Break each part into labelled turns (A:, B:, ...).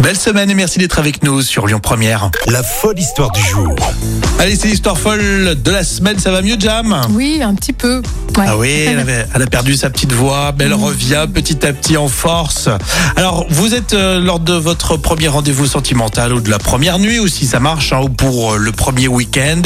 A: Belle semaine et merci d'être avec nous sur Lyon Première.
B: La folle histoire du jour.
A: Allez, c'est l'histoire folle de la semaine, ça va mieux Jam
C: Oui, un petit peu. Ouais. Mm.
A: Ah oui, elle, avait- elle a perdu sa petite voix, mais elle revient petit à petit en force. Alors, vous êtes euh, lors de votre premier rendez-vous sentimental ou de la première nuit, ou si ça marche, hein, ou pour euh, le premier week-end,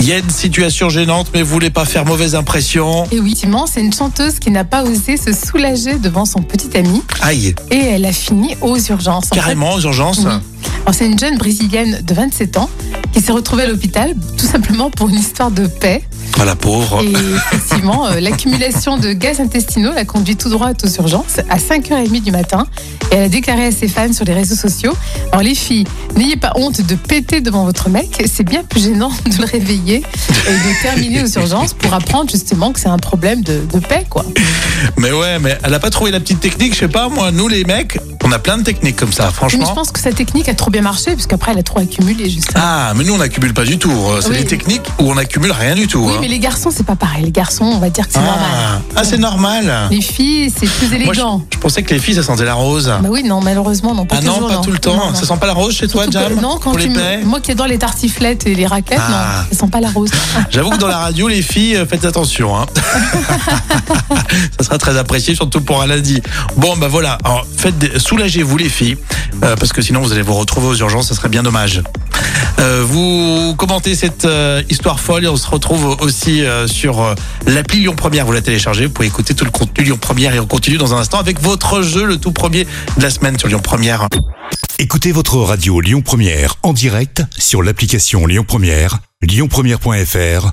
A: il y a une situation gênante, mais vous voulez pas faire mauvaise impression.
C: Et oui, effectivement, c'est une chanteuse qui n'a pas osé se soulager devant son petit ami
A: Aïe,
C: et elle a fini aux urgences. En fait,
A: carrément aux urgences.
C: Oui. alors, c'est une jeune brésilienne de 27 ans qui s'est retrouvée à l'hôpital tout simplement pour une histoire de paix.
A: Ah la pauvre.
C: Et effectivement, euh, l'accumulation de gaz intestinaux l'a conduit tout droit aux urgences à 5h30 du matin. Et elle a déclaré à ses fans sur les réseaux sociaux Alors, les filles, n'ayez pas honte de péter devant votre mec, c'est bien plus gênant de le réveiller et de terminer aux urgences pour apprendre justement que c'est un problème de, de paix, quoi.
A: Mais ouais, mais elle a pas trouvé la petite technique, je sais pas, moi, nous les mecs, on a plein de techniques comme ça,
C: Mais je
A: franchement.
C: pense que sa technique a trop bien marché, puisqu'après, elle a trop accumulé, justement.
A: Ah, mais nous on n'accumule pas du tout. Euh, C'est
C: Oui.
A: des techniques où on n'accumule rien du tout.
C: oui,
A: hein.
C: mais les garçons, c'est pas pareil. Les garçons, on va dire que c'est
A: ah,
C: normal.
A: Ah, c'est normal.
C: Les filles, c'est plus
A: Moi, je,
C: élégant.
A: je pensais que les filles ça sentait la rose.
C: Bah oui, non, malheureusement, non, pas
A: ah non,
C: toujours.
A: pas tout le temps.
C: Non, non.
A: Ça sent pas la rose chez toi,
C: Surtout que-
A: Jam
C: Non, quand
A: Pour les
C: tu me-
A: paix
C: Moi qui adore les tartiflettes et les raclettes,
A: Ah.
C: non, elles sont pas la rose.
A: J'avoue que dans la radio, les filles, euh, faites attention. hein. ça sera très apprécié, surtout pour un lundi. Bon, bah voilà. Alors, faites des- soulagez-vous, les filles, euh, parce que sinon, vous allez vous retrouver aux urgences. Ça serait bien dommage. Euh, vous commentez cette euh, histoire folle et on se retrouve aussi euh, sur euh, l'appli Lyon Première. Vous la téléchargez, vous pouvez écouter tout le contenu Lyon Première et on continue dans un instant avec votre jeu, le tout premier de la semaine sur Lyon Première.
B: Écoutez votre radio Lyon Première en direct sur l'application Lyon Première, lyonpremière.fr